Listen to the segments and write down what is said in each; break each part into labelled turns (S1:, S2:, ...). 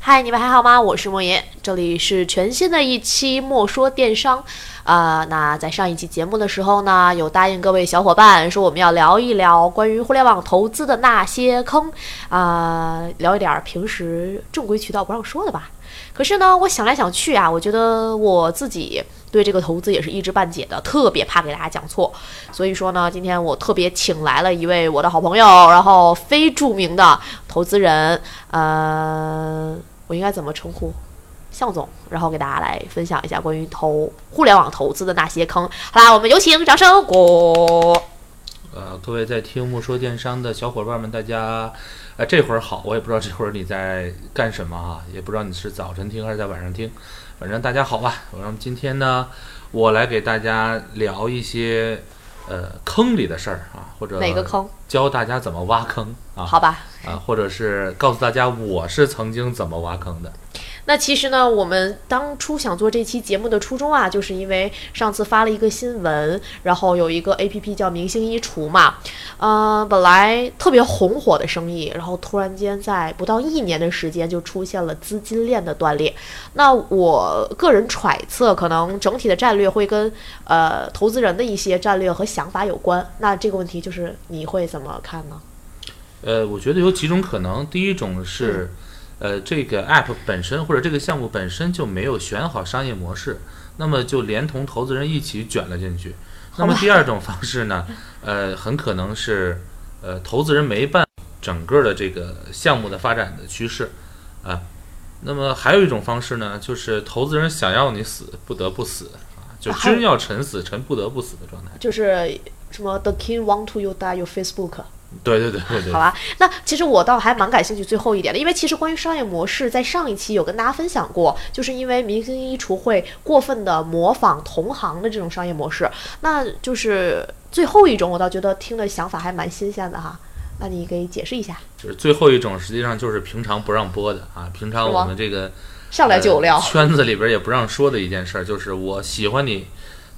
S1: 嗨，你们还好吗？我是莫言，这里是全新的一期《莫说电商》啊、那在上一期节目的时候呢，有答应各位小伙伴说我们要聊一聊关于互联网投资的那些坑啊、聊一点儿平时正规渠道不让说的吧。可是呢，我想来想去啊，我觉得我自己对这个投资也是一知半解的，特别怕给大家讲错。所以说呢，今天我特别请来了一位我的好朋友，然后非著名的投资人，呃，我应该怎么称呼？向总，然后给大家来分享一下关于投互联网投资的那些坑。好啦，我们有请掌声鼓。
S2: 呃，各位在听莫说电商的小伙伴们，大家，呃，这会儿好，我也不知道这会儿你在干什么啊，也不知道你是早晨听还是在晚上听，反正大家好吧。我让今天呢，我来给大家聊一些呃坑里的事儿啊，或者
S1: 哪个坑？
S2: 教大家怎么挖坑啊
S1: 好吧。
S2: 啊，或者是告诉大家我是曾经怎么挖坑的。
S1: 那其实呢，我们当初想做这期节目的初衷啊，就是因为上次发了一个新闻，然后有一个 A P P 叫明星衣橱嘛，呃，本来特别红火的生意，然后突然间在不到一年的时间就出现了资金链的断裂。那我个人揣测，可能整体的战略会跟呃投资人的一些战略和想法有关。那这个问题就是你会怎么看呢？
S2: 呃，我觉得有几种可能。第一种是，呃，这个 app 本身或者这个项目本身就没有选好商业模式，那么就连同投资人一起卷了进去。那么第二种方式呢， 呃，很可能是，呃，投资人没办整个的这个项目的发展的趋势，啊，那么还有一种方式呢，就是投资人想要你死，不得不死啊，就
S1: 还有
S2: 真要臣死，臣不得不死的状态。
S1: 就是什么 The King want to you die your Facebook。
S2: 对对对对对
S1: 好。吧，那其实我倒还蛮感兴趣最后一点的，因为其实关于商业模式，在上一期有跟大家分享过，就是因为明星衣橱会过分的模仿同行的这种商业模式，那就是最后一种，我倒觉得听的想法还蛮新鲜的哈。那你给解释一下，
S2: 就是最后一种，实际上就是平常不让播的啊，平常
S1: 是吗
S2: 我们这个
S1: 上来就有料
S2: 呃，圈子里边也不让说的一件事儿，就是我喜欢你，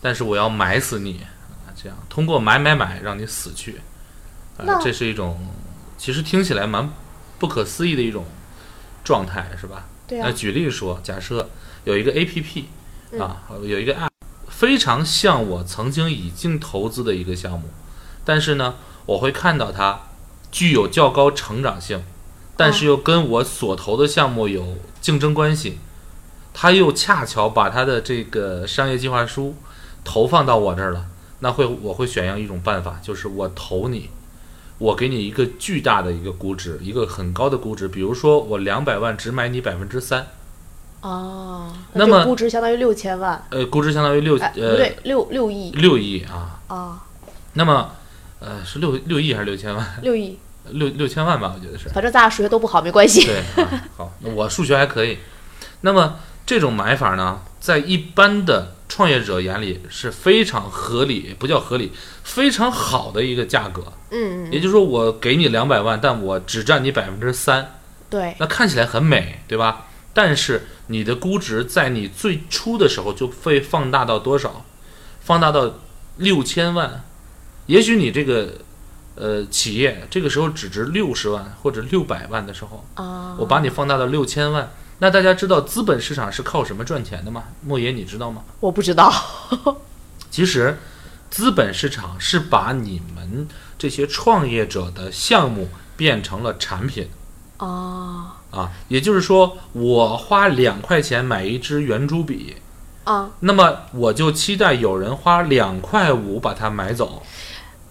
S2: 但是我要埋死你啊，这样通过买买买让你死去，啊、
S1: 那
S2: 这是一种其实听起来蛮不可思议的一种状态，是吧？
S1: 对
S2: 那
S1: 啊，嗯
S2: 举例说，假设有一个 A P P 啊，有一个 App，非常像我曾经已经投资的一个项目，但是呢，我会看到它具有较高成长性，但
S1: 嗯
S2: 是又跟我所投的项目有竞争关系，它又恰巧把它的这个商业计划书投放到我这儿了，那会我会选用一种办法，就是我投你。我给你一个巨大的一个估值，一个很高的估值，比如说我两百万只买你百分之三，
S1: 哦，
S2: 呃那
S1: 就
S2: 么
S1: 估值相当于六千万，
S2: 呃，估值相当于六、
S1: 哎，不
S2: 呃
S1: 对，六六亿
S2: 六亿啊。
S1: 啊，
S2: 那么，呃，是六六亿还是六千万？
S1: 六亿，
S2: 六六千万吧，我觉得是。
S1: 反正咱俩数学都不好，没关系。
S2: 对啊， 好，那我数学还可以。那么这种买法呢，在一般的创业者眼里是非常合理，不叫合理，非常好的一个价格。
S1: 嗯，嗯
S2: 也就是说，我给你两百万，但我只占你百分之三，
S1: 对，
S2: 那看起来很美，对吧？但是你的估值在你最初的时候就被放大到多少？放大到六千万，也许你这个呃企业这个时候只值六十万或者六百万的时候，
S1: 啊，
S2: 我把你放大到六千万。那大家知道资本市场是靠什么赚钱的吗？莫言，你知道吗？
S1: 我不知道，
S2: 其实，资本市场是把你们这些创业者的项目变成了产品。
S1: 啊
S2: 啊，也就是说，我花两块钱买一支圆珠笔，
S1: 啊，
S2: 那么我就期待有人花两块五把它买走。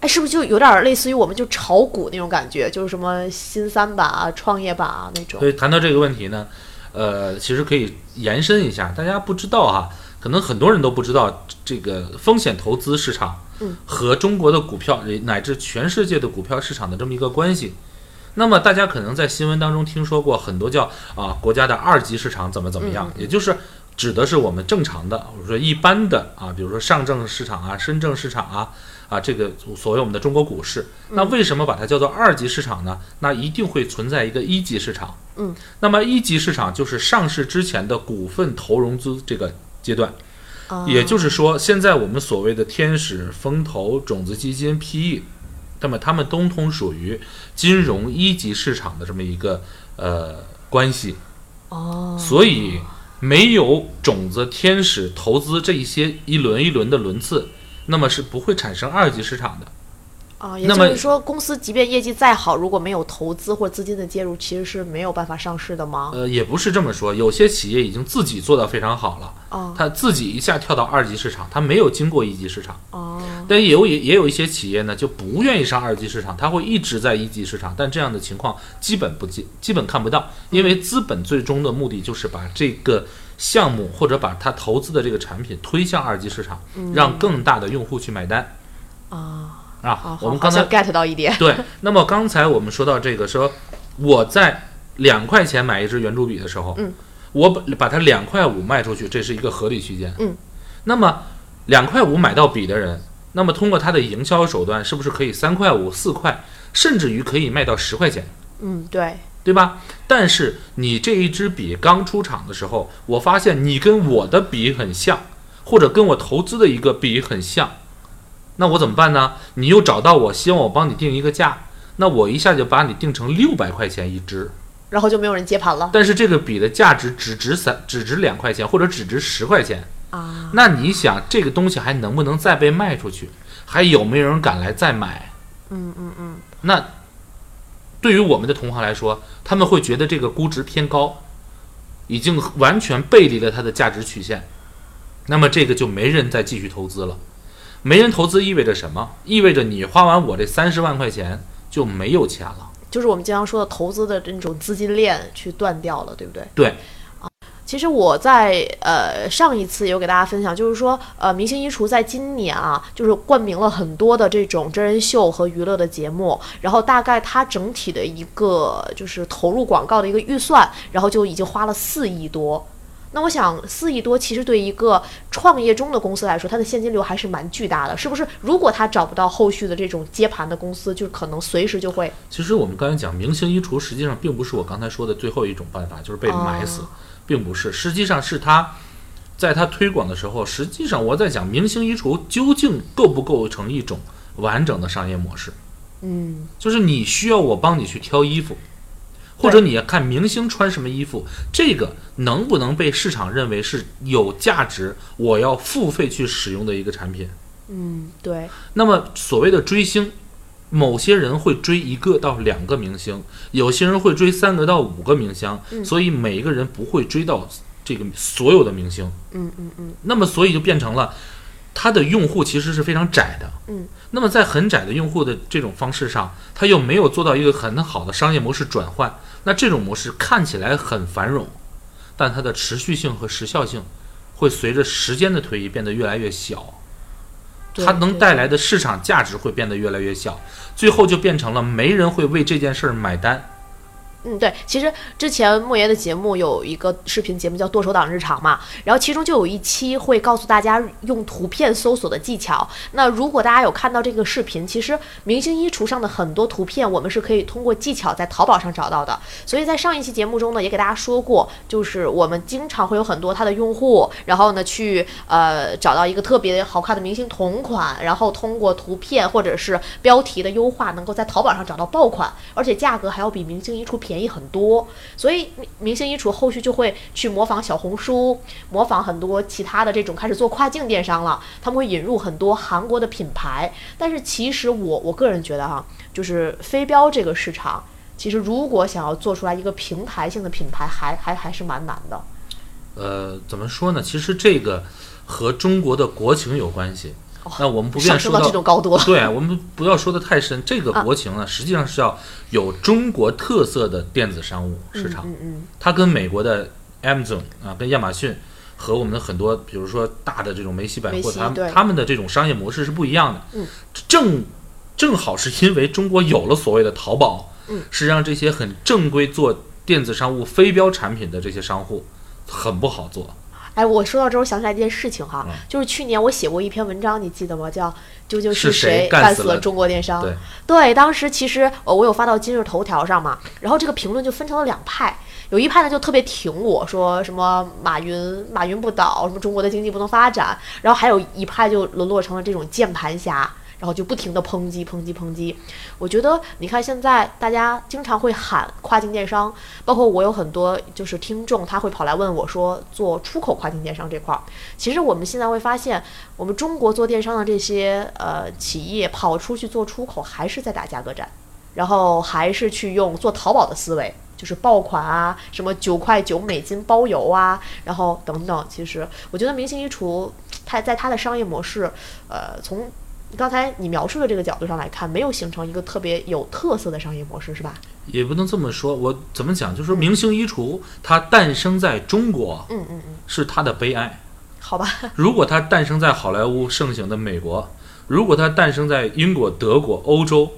S1: 哎，是不是就有点儿类似于我们就炒股那种感觉，就是什么新三板啊、创业板啊那种？
S2: 所以谈到这个问题呢，呃，其实可以延伸一下，大家不知道哈、可能很多人都不知道这个风险投资市场
S1: 嗯
S2: 和中国的股票乃至全世界的股票市场的这么一个关系。那么大家可能在新闻当中听说过很多叫啊国家的二级市场怎么怎么
S1: 嗯
S2: 样，也就是指的是我们正常的，或者说一般的啊，比如说上证市场啊、深证市场啊啊这个所谓我们的中国股市。那
S1: 嗯
S2: 为什么把它叫做二级市场呢？那一定会存在一个一级市场。
S1: 嗯，
S2: 那么一级市场就是上市之前的股份投融资这个阶段。
S1: 啊
S2: 也就是说，现在我们所谓的天使、风投、种子基金、PE，那么他们都通属于金融一级市场的这么一个呃关系。
S1: 哦，
S2: 所以没有种子天使投资这一些一轮一轮的轮次，那么是不会产生二级市场的。
S1: 啊，也
S2: 那
S1: 就
S2: 么
S1: 是说，公司即便业绩再好，如果没有投资或资金的介入，其实是没有办法上市的吗？
S2: 呃，也不是这么说，有些企业已经自己做到非常好了，
S1: 啊
S2: 它自己一下跳到二级市场，它没有经过一级市场。
S1: 哦，
S2: 但也有也也有一些企业呢，就不愿意上二级市场，它会一直在一级市场，但这样的情况基本不见，基本看不到，因为资本最终的目的就是把这个项目或者把它投资的这个产品推向二级市场，让更大的用户去买单
S1: 啊，好
S2: 啊。我
S1: 好
S2: 们
S1: 好
S2: 刚
S1: 像
S2: 才
S1: get 到一点
S2: 对，那么刚才我们说到这个，说我在两块钱买一支圆珠笔的时候，
S1: 嗯，
S2: 我把把它两块五卖出去，这是一个合理区间，
S1: 嗯，
S2: 那么两块五买到笔的人，那么通过他的营销手段，是不是可以三块五、四块，甚至于可以卖到十块钱？
S1: 嗯，对，
S2: 对吧？但是你这一支笔刚出厂的时候，我发现你跟我的笔很像，或者跟我投资的一个笔很像，那我怎么办呢？你又找到我，希望我帮你定一个价，那我一下就把你定成六百块钱一支，
S1: 然后就没有人接盘了
S2: 但是这个笔的价值只值三，只值两块钱，或者只值十块钱。
S1: 啊，
S2: 那你想这个东西还能不能再被卖出去？还有没有人敢来再买？
S1: 嗯嗯嗯，
S2: 那对于我们的同行来说，他们会觉得这个估值偏高，已经完全背离了它的价值曲线，那么这个就没人再继续投资了。没人投资意味着什么？意味着你花完我这三十万块钱就没有钱了。
S1: 就是我们经常说的投资的这种资金链去断掉了，对不对？啊
S2: 对。
S1: 其实我在呃上一次有给大家分享，就是说呃，明星衣橱在今年啊，就是冠名了很多的这种真人秀和娱乐的节目，然后大概它整体的一个就是投入广告的一个预算，然后就已经花了四亿多。那我想，四亿多其实对一个创业中的公司来说，它的现金流还是蛮巨大的，是不是？如果它找不到后续的这种接盘的公司，就可能随时就会
S2: 其实我们刚才讲明星衣橱，实际上并不是我刚才说的最后一种办法，就是被埋死，
S1: 哦
S2: 并不是，实际上是他在他推广的时候，实际上我在讲明星衣橱究竟构不构成一种完整的商业模式，
S1: 嗯
S2: 就是你需要我帮你去挑衣服。或者你要看明星穿什么衣服，这个能不能被市场认为是有价值，我要付费去使用的一个产品？
S1: 嗯对
S2: 那么所谓的追星，某些人会追一个到两个明星，有些人会追三个到五个明星，
S1: 嗯
S2: 所以每一个人不会追到这个所有的明星。
S1: 嗯嗯嗯
S2: 那么所以就变成了它的用户其实是非常窄的。
S1: 嗯，
S2: 那么在很窄的用户的这种方式上，它又没有做到一个很好的商业模式转换，那这种模式看起来很繁荣，但它的持续性和时效性会随着时间的推移变得越来越小。
S1: 对
S2: 它能
S1: 对
S2: 带来的市场价值会变得越来越小，最后就变成了没人会为这件事儿买单。
S1: 嗯，对，其实之前莫言的节目有一个视频节目叫《剁手党日常》嘛，然后其中就有一期会告诉大家用图片搜索的技巧。那如果大家有看到这个视频，其实明星衣橱上的很多图片，我们是可以通过技巧在淘宝上找到的。所以在上一期节目中呢，也给大家说过，就是我们经常会有很多他的用户，然后呢去呃找到一个特别好看的明星同款，然后通过图片或者是标题的优化，能够在淘宝上找到爆款，而且价格还要比明星衣橱便宜很多。所以明明星衣橱后续就会去模仿小红书，模仿很多其他的这种开始做跨境电商了，他们会引入很多韩国的品牌。但是其实我我个人觉得哈、啊就是非标这个市场。其实，如果想要做出来一个平台性的品牌还，还还是蛮难的。
S2: 呃，怎么说呢？其实这个和中国的国情有关系。那我们不便
S1: 哦上升
S2: 说
S1: 到这种啊高度了。
S2: 对，我们不要说的太深。这个国情呢，实际上是要有中国特色的电子商务市场，
S1: 嗯嗯
S2: 它跟美国的 Amazon 啊，跟亚马逊和我们的很多，比如说大的这种梅西百
S1: 梅
S2: 货，
S1: 西
S2: 他
S1: 对
S2: 们他们的这种商业模式是不一样的。
S1: 嗯
S2: 正正好是因为中国有了所谓的淘宝，
S1: 嗯
S2: 是让这些很正规做电子商务非标产品的这些商户很不好做。
S1: 嗯。哎，我说到这儿，我想起来一件事情哈，
S2: 嗯
S1: 就是去年我写过一篇文章，你记得吗？叫《究竟
S2: 是谁
S1: 谁
S2: 干
S1: 干
S2: 死
S1: 死了
S2: 了
S1: 中国电商》
S2: 对
S1: 对当时其实呃我有发到今日头条上嘛，然后这个评论就分成了两派，有一派呢就特别挺我说什么马云马云不倒，什么中国的经济不能发展，然后还有一派就沦落成了这种键盘侠。然后就不停的抨击、抨击、抨击。我觉得你看现在大家经常会喊跨境电商，包括我有很多就是听众，他会跑来问我说做出口跨境电商这块儿，其实我们现在会发现，我们中国做电商的这些呃企业跑出去做出口，还是在打价格战，然后还是去用做淘宝的思维。就是爆款啊，什么九块九美金包邮啊，然后等等。其实我觉得明星衣橱，它在它的商业模式，呃，从刚才你描述的这个角度上来看，没有形成一个特别有特色的商业模式，是吧？
S2: 也不能这么说，我怎么讲？就是明星衣橱它诞生在中国
S1: 嗯嗯嗯，
S2: 是它的悲哀。
S1: 好吧，
S2: 如果它诞生在好莱坞盛行的美国，如果它诞生在英国、德国、欧洲，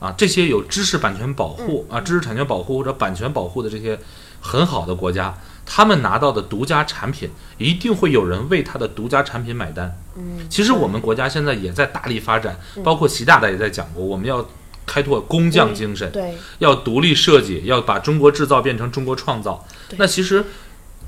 S2: 啊，这些有知识版权保护啊、知识产权保护或者版权保护的这些很好的国家，他们拿到的独家产品，一定会有人为他的独家产品买单。
S1: 嗯，
S2: 其实我们国家现在也在大力发展，包括习大大也在讲过，我们要开拓工匠精神，
S1: 对，
S2: 要独立设计，要把中国制造变成中国创造
S1: 对。
S2: 那其实，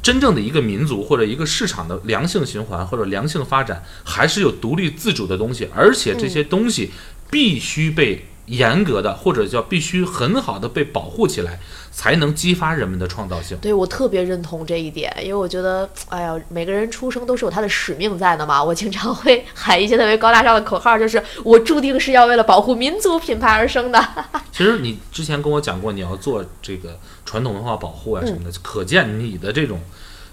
S2: 真正的一个民族或者一个市场的良性循环或者良性发展，还是有独立自主的东西，而且这些东西必须被严格的或者叫必须很好的被保护起来，才能激发人们的创造性。
S1: 对我特别认同这一点，因为我觉得，哎呀，每个人出生都是有他的使命在的嘛。我经常会 喊一些特别高大上的口号，就是我注定是要为了保护民族品牌而生的。
S2: 其实你之前跟我讲过，你要做这个传统文化保护啊什么的，可见你的这种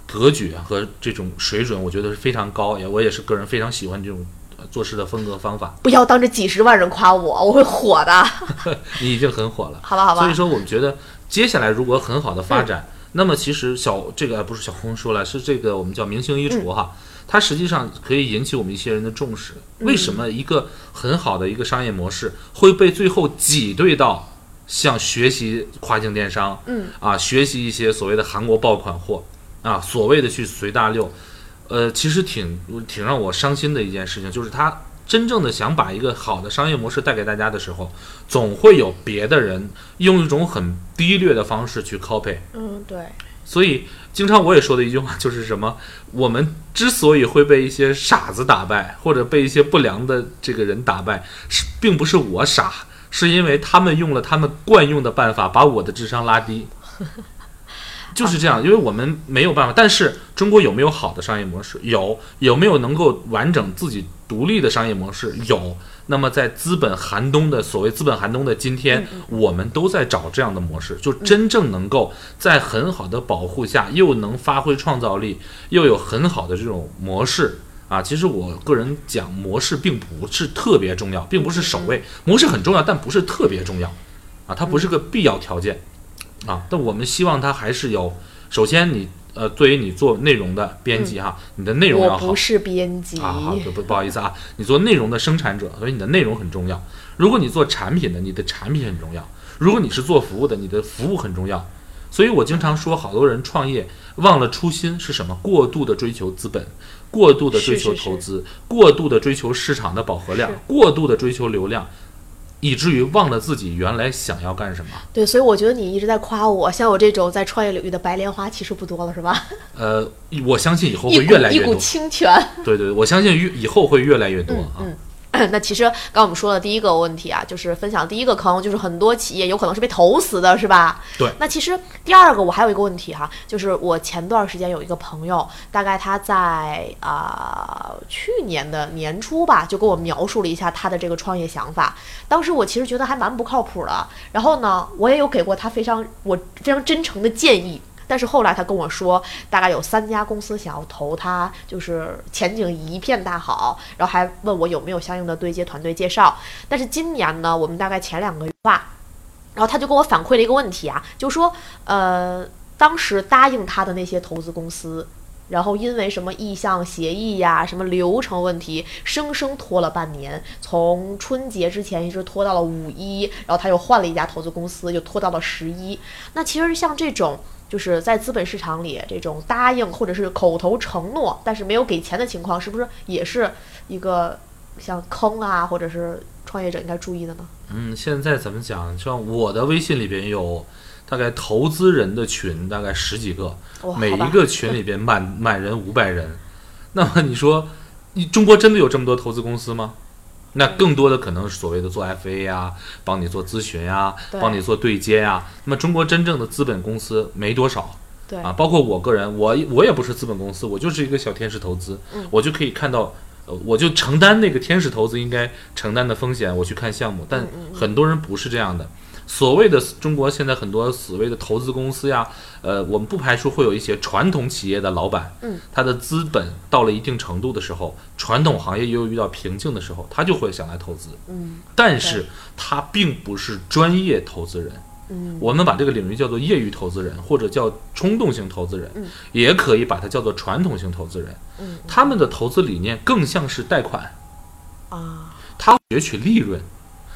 S2: 格局啊和这种水准，我觉得是非常高。也我也是个人非常喜欢这种呃做事的风格方法。
S1: 不要当着几十万人夸我，我会火的，
S2: 你已经很火了，
S1: 好吧，好嗯吧。
S2: 所以说我们觉得接下来如果很好的发展，那么其实小这个呃不是小红书了，是这个我们叫明星衣橱
S1: 嗯
S2: 哈。它实际上可以引起我们一些人的重视。为什么一个很好的一个商业模式会被最后挤兑到像学习跨境电商，
S1: 嗯
S2: 啊，学习一些所谓的韩国爆款货啊，所谓的去随大流，呃，其实挺挺让我伤心的一件事情，就是他真正的想把一个好的商业模式带给大家的时候，总会有别的人用一种很低劣的方式去 copy。
S1: 嗯，对，
S2: 所以，经常我也说的一句话 就是什么？我们之所以会被一些傻子打败，或者被一些不良的这个人打败，是并不是我傻，是因为他们用了他们惯用的办法，把我的智商拉低。就是这样，因为我们没有办法。但是中国有没有好的商业模式？有。有没有能够完整自己独立的商业模式？有。那么在资本寒冬的所谓资本寒冬的今天，我们都在找这样的模式，就真正能够在很好的保护下，又能发挥创造力，又有很好的这种模式。啊，其实我个人讲，模式并不是特别重要，并不是首位，模式很重要，但不是特别重要，啊，它不是个必要条件。啊，但我们希望它还是有，首先你呃，对于你做内容的编辑哈，你的内容要
S1: 嗯我
S2: 好
S1: 不是编辑，
S2: 啊，好，不不好意思啊，你做内容的生产者，所以你的内容很重要。如果你做产品的，你的产品很重要；如果你是做服务的，你的服务很重要。所以我经常说，好多人创业忘了初心是什么，过度的追求资本，过度的追求
S1: 是是是
S2: 投资，过度的追求市场的饱和量
S1: 是，
S2: 过度的追求流量，以至于忘了自己原来想要干什么。
S1: 对，所以我觉得你一直在夸我，像我这种在创业领域的白莲花其实不多了，是吧？
S2: 呃，我相信以后
S1: 一
S2: 会
S1: 股
S2: 越来
S1: 一
S2: 越
S1: 股
S2: 多。
S1: 清泉。
S2: 对对，我相信越以后会越来越多啊。
S1: 嗯 那其实刚刚我们说的第一个问题啊，就是分享第一个坑，就是很多企业有可能是被投死的，是吧？
S2: 对
S1: 那其实第二个我还有一个问题哈、就是我前段时间有一个朋友，大概他在啊、去年的年初吧，就跟我描述了一下他的这个创业想法。当时我其实觉得还蛮不靠谱的，然后呢，我也有给过他非常我非常真诚的建议。但是后来他跟我说，大概有三家公司想要投他，就是呃前景一片大好，然后还问我有没有相应的对接团队介绍。但是今年呢，我们大概前两个月吧，然后他就跟我反馈了一个问题啊，就说呃，当时答应他的那些投资公司。然后因为什么意向协议呀、什么流程问题，生生拖了半年，从春节之前一直拖到了五一，然后他又换了一家投资公司，又拖到了十一。那其实像这种就是在资本市场里这种答应或者是口头承诺，但是没有给钱的情况，是不是也是一个像坑啊，或者是创业者应该注意的呢？
S2: 嗯，现在怎么讲？像我的微信里边有大概投资人的群，大概十几个，
S1: 哇，
S2: 每
S1: 好
S2: 一
S1: 吧，
S2: 个群里边满满人五百人。那么你说，你中国真的有这么多投资公司吗？那更多的可能是所谓的做 FA 呀、帮你做咨询呀、
S1: 对
S2: 帮你做对接呀、那么中国真正的资本公司没多少，
S1: 对
S2: 啊，包括我个人，我我也不是资本公司，我就是一个小天使投资，
S1: 嗯
S2: 我就可以看到，呃，我就承担那个天使投资应该承担的风险，我去看项目，
S1: 嗯
S2: 但很多人不是这样的。所谓的中国现在很多所谓的投资公司呀，呃，我们不排除会有一些传统企业的老板，
S1: 嗯，
S2: 他的资本到了一定程度的时候，传统行业又遇到瓶颈的时候，他就会想来投资，
S1: 嗯，
S2: 但是他并不是专业投资人，
S1: 嗯，
S2: 我们把这个领域叫做业余投资人，或者叫冲动型投资人，
S1: 嗯
S2: 也可以把它叫做传统型投资人，
S1: 嗯，
S2: 他们的投资理念更像是贷款，
S1: 啊，
S2: 他攫取利润，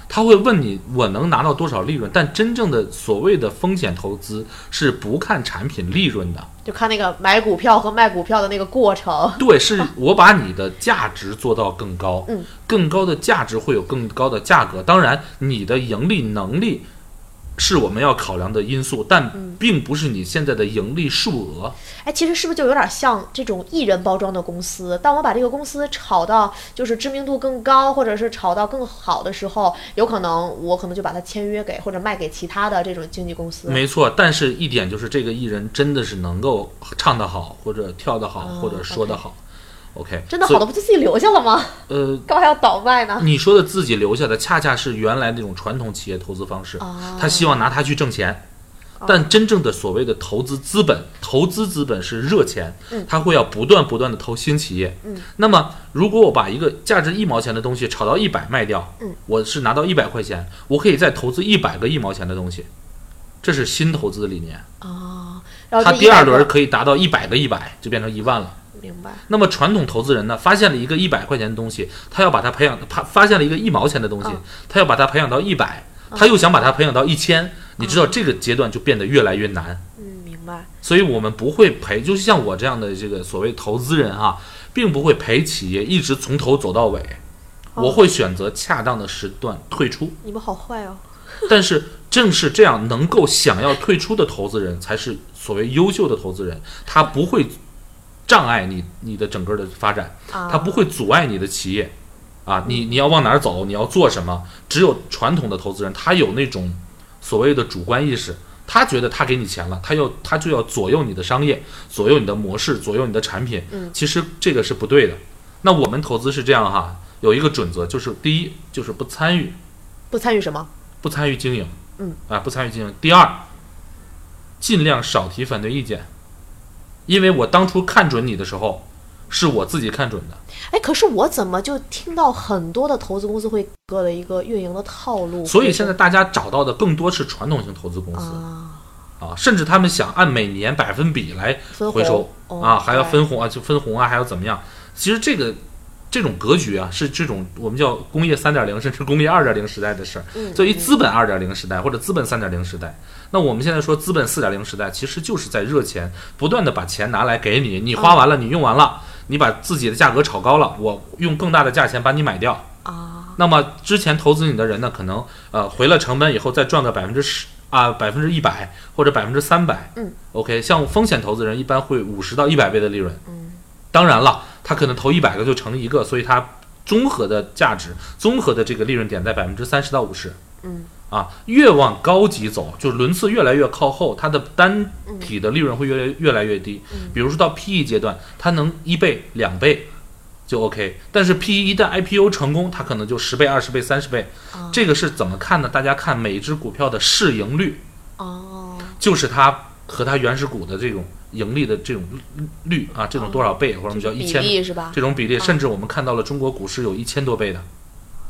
S2: 他会问你我能拿到多少利润，但真正的所谓的风险投资是不看产品利润的，
S1: 就看那个买股票和卖股票的那个过程。
S2: 对，是我把你的价值做到更高，
S1: 嗯，
S2: 更高的价值会有更高的价格，当然你的盈利能力。是我们要考量的因素，
S1: 嗯
S2: 但并不是你现在的盈利数额。
S1: 哎，其实是不是就有点像这种艺人包装的公司？当我把这个公司炒到就是知名度更高，或者是炒到更好的时候，有可能我可能就把它签约给或者卖给其他的这种经纪公司。
S2: 没错，但是一点就是这个艺人真的是能够唱得好，或者跳得好，
S1: 哦
S2: 或者说得好。OK，
S1: 真的好的不就自己留下了吗？
S2: 所以呃，
S1: 干嘛还要倒卖呢？
S2: 你说的自己留下的，恰恰是原来那种传统企业投资方式，
S1: 哦
S2: 他希望拿它去挣钱。但真正的所谓的投资资本，投资资本是热钱，
S1: 嗯
S2: 他会要不断不断的投新企业。那么如果我把一个价值一毛钱的东西炒到一百卖掉，
S1: 嗯
S2: 我是拿到一百块钱，我可以再投资一百个一毛钱的东西，这是新投资的理念。
S1: 哦，然后
S2: 它
S1: 这
S2: 第二
S1: 100个
S2: 轮可以达到一百个一百，就变成一万了。
S1: 明白。
S2: 那么传统投资人呢，发现了一个一百块钱的东西，他要把它培养，他发现了一个一毛钱的东西
S1: 嗯，
S2: 他要把它培养到一百，他又想把它培养到一千，你知道这个阶段就变得越来越难。
S1: 嗯，明白。
S2: 所以我们不会陪，就像我这样的这个所谓投资人啊，并不会陪企业一直从头走到尾，我会选择恰当的时段退出。
S1: 你们好坏哦。
S2: 但是正是这样能够想要退出的投资人，才是所谓优秀的投资人。他不会障碍你你的整个的发展，
S1: 啊，
S2: 他不会阻碍你的企业啊。你你要往哪儿走，你要做什么？只有传统的投资人，他有那种所谓的主观意识。他觉得他给你钱了，他要他就要左右你的商业，左右你的模式，左右你的产品。
S1: 嗯
S2: 其实这个是不对的。那我们投资是这样哈，有一个准则，就是第一就是不参与，
S1: 不参与什么？
S2: 不参与经营，
S1: 嗯，
S2: 啊，不参与经营。第二，尽量少提反对意见，因为我当初看准你的时候，是我自己看准的，
S1: 哎，可是我怎么就听到很多的投资公司会各的一个运营的套路？
S2: 所以现在大家找到的更多是传统型投资公司
S1: 啊，
S2: 啊，甚至他们想按每年百分比来
S1: 分
S2: 回收
S1: 红哦
S2: 啊，还要
S1: 对
S2: 分红啊，就分红啊，还要怎么样？其实这个这种格局啊，是这种我们叫工业三点零，甚至工业二点零时代的事儿。
S1: 嗯
S2: 作为资本二点零时代或者资本三点零时代，那我们现在说资本四点零时代，其实就是在热钱不断的把钱拿来给你，你
S1: 嗯
S2: 花完了，你用完了，你把自己的价格炒高了，我用更大的价钱把你买掉。
S1: 啊，
S2: 那么之前投资你的人呢，可能呃回了成本以后再赚个百分之十啊，百分之一百或者百分之三百。
S1: 嗯
S2: ，OK，像风险投资人一般会五十到一百倍的利润。嗯，当然了，他可能投一百个就乘一个，所以他综合的价值、综合的这个利润点在百分之三十到五十。
S1: 嗯。
S2: 啊，越往高级走，就是轮次越来越靠后，它的单
S1: 嗯
S2: 体的利润会越来越来越低。比如说到 PE 阶段，它能一倍、两倍，就 OK。但是 PE 一旦 IPO 成功，它可能就十倍、二十倍、三十倍。
S1: 啊
S2: 这个是怎么看呢？大家看每一只股票的市盈率，
S1: 哦，
S2: 就是它和它原始股的这种盈利的这种率啊，这种多少倍，或者我们叫一
S1: 比
S2: 千
S1: 例是啊吧？
S2: 这种比例，甚至我们看到了中国股市有一千多倍的。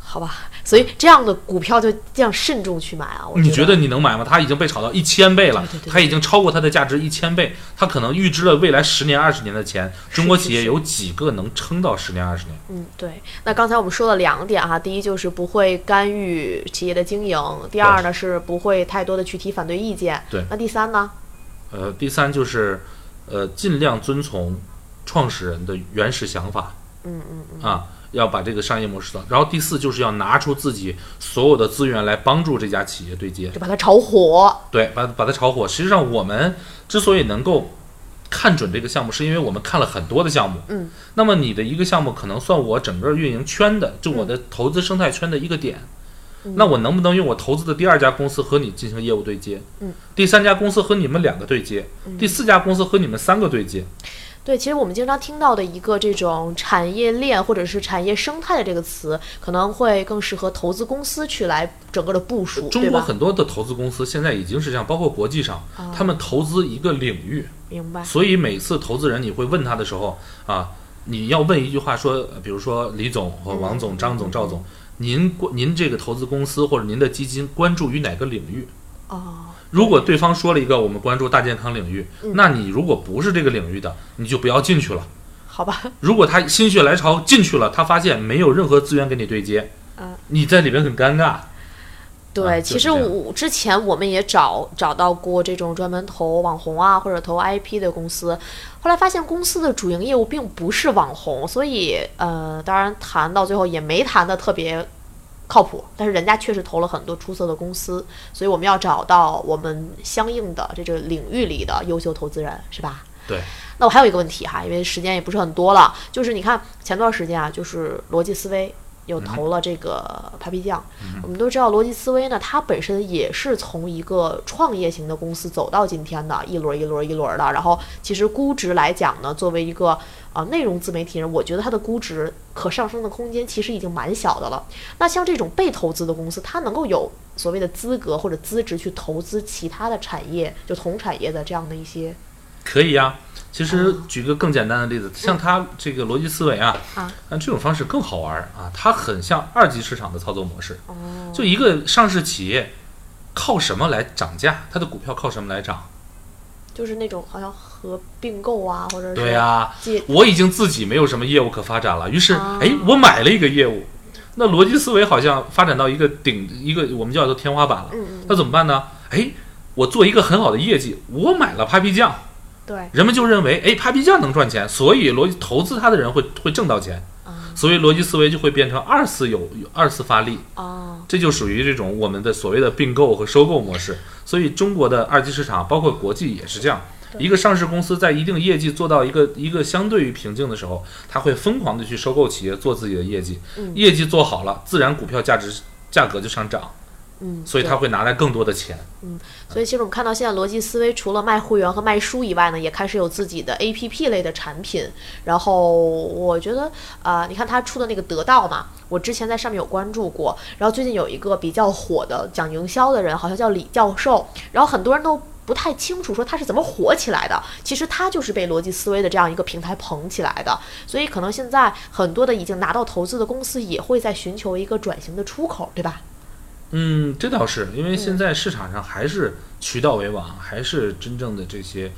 S1: 好吧，所以这样的股票就这样慎重去买啊。我
S2: 你
S1: 觉
S2: 觉得你能买吗？它已经被炒到一千倍了，
S1: 对对对
S2: 它已经超过它的价值一千倍，它可能预支了未来十年、二十年的钱。中国企业
S1: 是
S2: 有几个能撑到十年、二十年？
S1: 嗯，对。那刚才我们说了两点哈、第一就是不会干预企业的经营，第二呢是不会太多的去提反对意见。
S2: 对
S1: 那第三呢？
S2: 呃，第三就是，呃，尽量遵从创始人的原始想法
S1: 嗯嗯嗯，
S2: 啊，要把这个商业模式的。然后第四就是要拿出自己所有的资源来帮助这家企业对接，
S1: 就把它炒火。
S2: 对，把把它炒火。实际上，我们之所以能够看准这个项目，是因为我们看了很多的项目。
S1: 嗯，
S2: 那么你的一个项目可能算我整个运营圈的，就我的投资生态圈的一个点。
S1: 嗯
S2: 那我能不能用我投资的第二家公司和你进行业务对接？
S1: 嗯，
S2: 第三家公司和你们两个对接，第四家公司和你们三个对接。
S1: 对，其实我们经常听到的一个这种产业链或者是产业生态的这个词，可能会更适合投资公司去来整个的部署，
S2: 中
S1: 对
S2: 国
S1: 吧？哦
S2: 很多的投资公司现在已经是这样，包括国际上，他们投资一个领域，
S1: 明白，
S2: 所以每次投资人你会问他的时候啊，你要问一句话说，呃比如说李总和王总、张总、赵总，您关您这个投资公司或者您的基金关注于哪个领域？
S1: 哦，
S2: 如果对方说了一个我们关注大健康领域，
S1: 嗯
S2: 那你如果不是这个领域的，你就不要进去了。
S1: 好吧，
S2: 如果他心血来潮进去了，他发现没有任何资源给你对接，
S1: 嗯
S2: 你在里面很尴尬。
S1: 对，
S2: 啊就
S1: 其
S2: 是
S1: 实
S2: 这样
S1: 我之前我们也找找到过这种专门投网红啊或者投 IP 的公司，后来发现公司的主营业务并不是网红，所以呃，当然谈到最后也没谈的特别靠谱，但是人家确实投了很多出色的公司，所以我们要找到我们相应的这个领域里的优秀投资人，是吧？
S2: 对。
S1: 那我还有一个问题哈，因为时间也不是很多了，就是你看前段时间啊，就是逻辑思维有
S2: 嗯
S1: 投了这个 Papi 酱，我们都知道逻辑思维呢，它本身也是从一个创业型的公司走到今天的一轮一轮一轮的，然后其实估值来讲呢，作为一个啊、呃内容自媒体人，我觉得它的估值可上升的空间其实已经蛮小的了。那像这种被投资的公司，它能够有所谓的资格或者资质去投资其他的产业，就同产业的这样的一些
S2: 可以呀、其实举个更简单的例子，像他这个逻辑思维啊，
S1: 嗯啊
S2: 那这种方式更好玩儿啊，它很像二级市场的操作模式。
S1: 哦，
S2: 就一个上市企业靠什么来涨价？它的股票靠什么来涨？
S1: 就是那种好像合并购啊，或者是
S2: 对呀、
S1: 借
S2: 我已经自己没有什么业务可发展了，于是
S1: 啊
S2: 哎，我买了一个业务，那逻辑思维好像发展到一个顶一个我们叫做天花板了，
S1: 嗯嗯
S2: 那怎么办呢？哎，我做一个很好的业绩，我买了 Papi 酱，
S1: 对
S2: 人们就认为，哎，Papi 酱能赚钱，所以逻辑投资它的人会会挣到钱，
S1: 啊
S2: 所以逻辑思维就会变成二次有有二次发力，
S1: 哦。
S2: 这就属于这种我们的所谓的并购和收购模式。所以中国的二级市场，包括国际也是这样。
S1: 对
S2: 一个上市公司在一定业绩做到一个一个相对于瓶颈的时候，它会疯狂的去收购企业做自己的业绩，
S1: 嗯
S2: 业绩做好了，自然股票价值价格就上涨，
S1: 嗯，
S2: 所以
S1: 对
S2: 它会拿来更多的钱。
S1: 所以其实我们看到现在逻辑思维除了卖会员和卖书以外呢，也开始有自己的 APP 类的产品。然后我觉得啊、呃你看他出的那个得到嘛，我之前在上面有关注过。然后最近有一个比较火的讲营销的人，好像叫李教授，然后很多人都。不太清楚说他是怎么火起来的，其实他就是被逻辑思维的这样一个平台捧起来的，所以可能现在很多的已经拿到投资的公司也会在寻求一个转型的出口，对吧？
S2: 嗯，这倒是，因为现在市场上还是渠道为王，还是真正的这些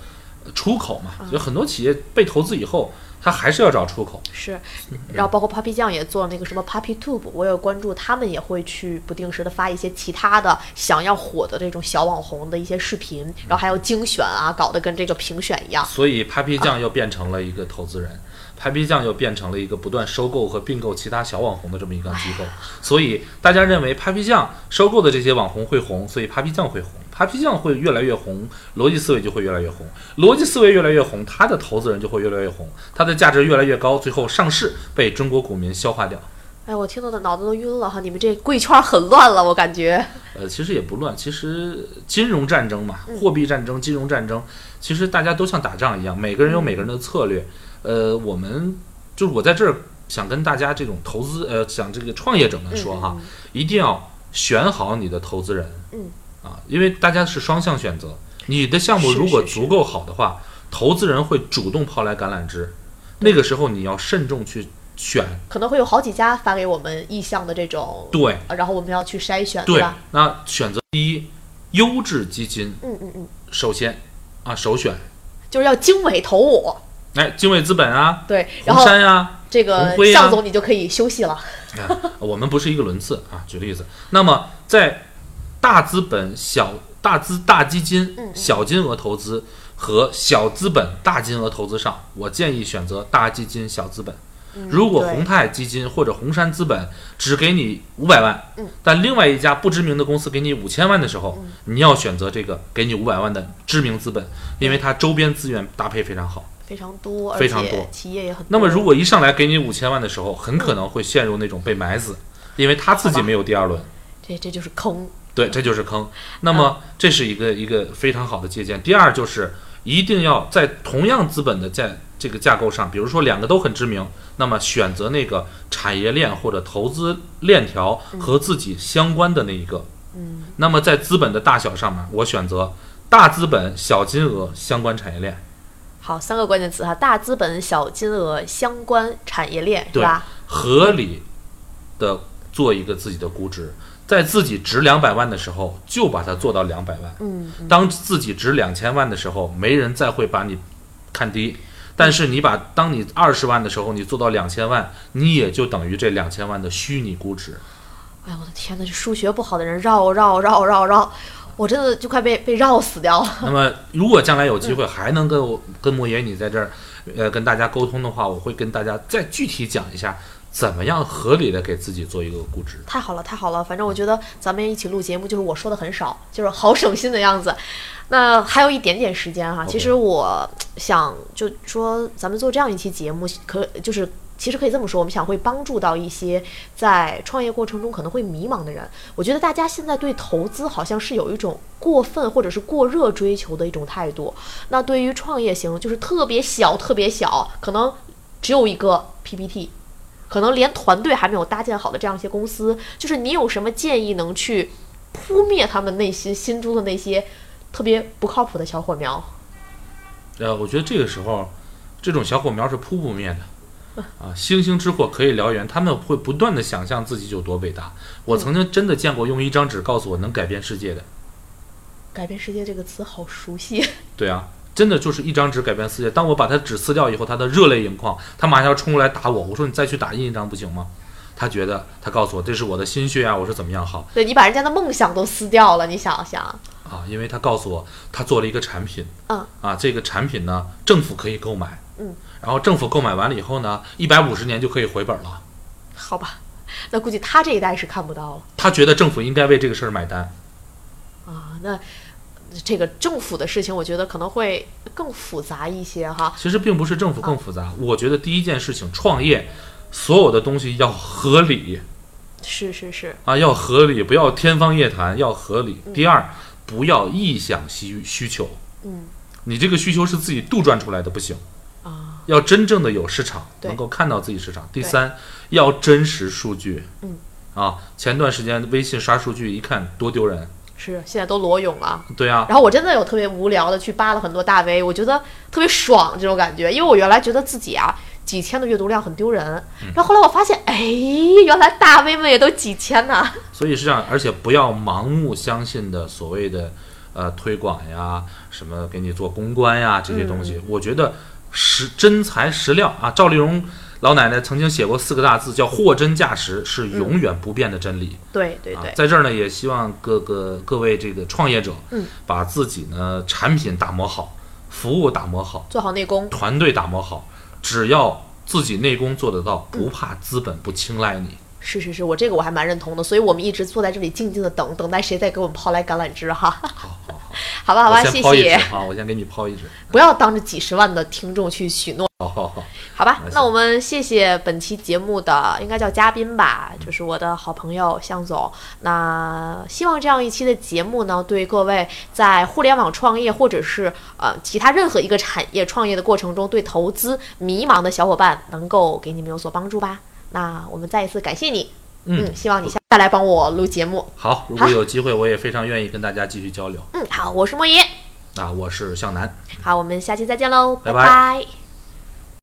S2: 呃出口嘛。就很多企业被投资以后，它还是要找出口。
S1: 是，然
S2: 嗯
S1: 后包括 Papi 酱也做那个什么 Papi Tube，我有关注，他们也会去不定时的发一些其他的想要火的这种小网红的一些视频，然后还有精选啊，搞得跟这个评选一样。
S2: 所以 Papi 酱又变成了一个投资人、p a p i 酱又变成了一个不断收购和并购其他小网红的这么一个机构。所以大家认为 Papi 酱收购的这些网红会红，所以 Papi 酱会红，Papi 酱会越来越红，逻辑思维就会越来越红，逻辑思维越来越红，它的投资人就会越来越红，它的价值越来越高，最后上市被中国股民消化掉。
S1: 哎，我听到的脑子都晕了哈，你们这贵圈很乱了，我感觉。
S2: 呃，其实也不乱，其实金融战争嘛，
S1: 嗯
S2: 货币战争、金融战争，其实大家都像打仗一样，每个人有每个人的策略。呃，我们就是我在这儿想跟大家这种投资，呃，想这个创业者们说哈，一定要选好你的投资人。
S1: 嗯，
S2: 啊，因为大家是双向选择，你的项目
S1: 是
S2: 如果
S1: 是是
S2: 足够好的话，投资人会主动抛来橄榄枝，那个时候你要慎重去选。
S1: 可能会有好几家发给我们意向的这种，
S2: 对
S1: 呃然后我们要去筛选，
S2: 对
S1: 吧？，
S2: 那选择第一，优质基金
S1: 嗯嗯嗯，
S2: 首先啊首选。
S1: 就是要经纬投我。
S2: 哎，经纬资本啊，
S1: 对，然
S2: 红
S1: 后
S2: 杉啊，
S1: 这个
S2: 红辉啊
S1: 向总你就可以休息了。
S2: 哎我们不是一个轮次啊。举例子，那么在大资本、小大资大基金
S1: 嗯、嗯
S2: 小金额投资和小资本、大金额投资上，我建议选择大基金、小资本。
S1: 嗯
S2: 如果
S1: 对
S2: 宏泰基金或者红杉资本只给你五百万，
S1: 嗯
S2: 但另外一家不知名的公司给你五千万的时候，你要选择这个给你五百万的知名资本，因为它周边资源搭配非常好。
S1: 非常多，而
S2: 非常
S1: 且
S2: 多
S1: 企业也很多。
S2: 那么如果一上来给你五千万的时候，很可能会陷入那种被埋死，因为他自己没有第二轮。
S1: 这这就是坑，
S2: 对，这就是坑。那么这是一个一个非常好的借鉴。第二就是一定要在同样资本的在这个架构上，比如说两个都很知名，那么选择那个产业链或者投资链条和自己相关的那一个。
S1: 嗯，
S2: 那么在资本的大小上面，我选择大资本、小金额、相关产业链。
S1: 好三个关键词哈，大资本、小金额、相关产业链是
S2: 对
S1: 吧？
S2: 合理的做一个自己的估值，在自己值两百万的时候就把它做到两百万。
S1: 嗯，嗯
S2: 当自己值两千万的时候，没人再会把你看低。但是你把当你二十万的时候，你做到两千万，你也就等于这两千万的虚拟 估值。
S1: 哎呦我的天呐，这数学不好的人绕绕绕绕绕，我真的就快被被绕死掉了。
S2: 那么，如果将来有机会还能跟我跟莫爷你在这儿，呃，跟大家沟通的话，我会跟大家再具体讲一下，怎么样合理的给自己做一个估值。
S1: 太好了，太好了！反正我觉得咱们一起录节目，就是我说的很少， 就是好省心的样子。那还有一点点时间哈、
S2: OK
S1: 其实我想就说，咱们做这样一期节目，可就是其实可以这么说，我们想会帮助到一些在创业过程中可能会迷茫的人。我觉得大家现在对投资好像是有一种过分或者是过热追求的一种态度。那对于创业型，就是特别小、特别小，可能只有一个 PPT，可能连团队还没有搭建好的这样一些公司，就是你有什么建议能去扑灭他们内心心中的那些特别不靠谱的小火苗？
S2: 呃，我觉得这个时候，这种小火苗是扑不灭的，啊，星星之火可以燎原，他们会不断的想象自己有多伟大。我曾经真的见过用一张纸告诉我能改变世界的，
S1: 改变世界这个词好熟悉，
S2: 对啊，真的就是一张纸改变世界。当我把他纸撕掉以后，他的热泪盈眶，他马上要冲过来打我，我说你再去打印一张不行吗？他觉得，他告诉我这是我的心血啊，我说怎么样好
S1: 对你把人家的梦想都撕掉了，你想想，
S2: 啊，因为他告诉我他做了一个产品，
S1: 嗯，
S2: 啊，这个产品呢政府可以购买，
S1: 嗯，
S2: 然后政府购买完了以后呢，一百五十年就可以回本了。
S1: 好吧，那估计他这一代是看不到了
S2: 他觉得政府应该为这个事儿买单。
S1: 啊。那这个政府的事情，我觉得可能会更复杂一些哈。
S2: 其实并不是政府更复杂，我觉得第一件事情，创业所有的东西要合理
S1: 是是是，
S2: 啊，要合理，不要天方夜谭，要合理。第二，不要臆想需需求，
S1: 嗯
S2: 你这个需求是自己杜撰出来的，不行。
S1: 啊，
S2: 要真正的有市场，
S1: 对
S2: 能够看到自己市场。第
S1: 对
S2: 三，要真实数据。
S1: 嗯。
S2: 啊，前段时间微信刷数据，一看多丢人。
S1: 是现在都裸泳了。
S2: 对啊，
S1: 然后我真的有特别无聊的去扒了很多大 V，我觉得特别爽这种感觉，因为我原来觉得自己啊几千的阅读量很丢人，
S2: 嗯
S1: 然后后来我发现，哎，原来大 V 们也都几千呢、
S2: 所以是这样，而且不要盲目相信的所谓的呃推广呀，什么给你做公关呀这些东
S1: 嗯
S2: 西，我觉得实真材实料啊。赵丽蓉老奶奶曾经写过四个大字，叫“货真价实”，是永远不变的真理。
S1: 对嗯对对
S2: 啊，，在这儿呢，也希望各个各位这个创业者，
S1: 嗯，
S2: 把自己呢产品打磨好，服务打磨好，
S1: 做好内功，
S2: 团队打磨好，只要自己内功做得到，不怕资本不青睐你。
S1: 是是是，我这个我还蛮认同的，所以我们一直坐在这里静静的等，等待谁再给我们抛来橄榄枝哈，
S2: 好好好，
S1: 好吧好吧，
S2: 我先
S1: 谢
S2: 抛一只
S1: 谢，
S2: 啊，我先给你抛一只。
S1: 不要当着几十万的听众去许诺。
S2: 好好好，
S1: 好吧
S2: 那，行
S1: 那我们谢谢本期节目的应该叫嘉宾吧，
S2: 嗯
S1: 就是我的好朋友向总。那希望这样一期的节目呢，对各位在互联网创业或者是呃其他任何一个产业创业的过程中，对投资迷茫的小伙伴，能够给你们有所帮助吧。那我们再一次感谢你，
S2: 嗯，
S1: 希望你下再来帮我录节目。
S2: 好，如果有机会，我也非常愿意跟大家继续交流。
S1: 嗯，好，我是莫爷，
S2: 啊，我是向南。
S1: 好，我们下期再见喽，
S2: 拜拜
S1: 拜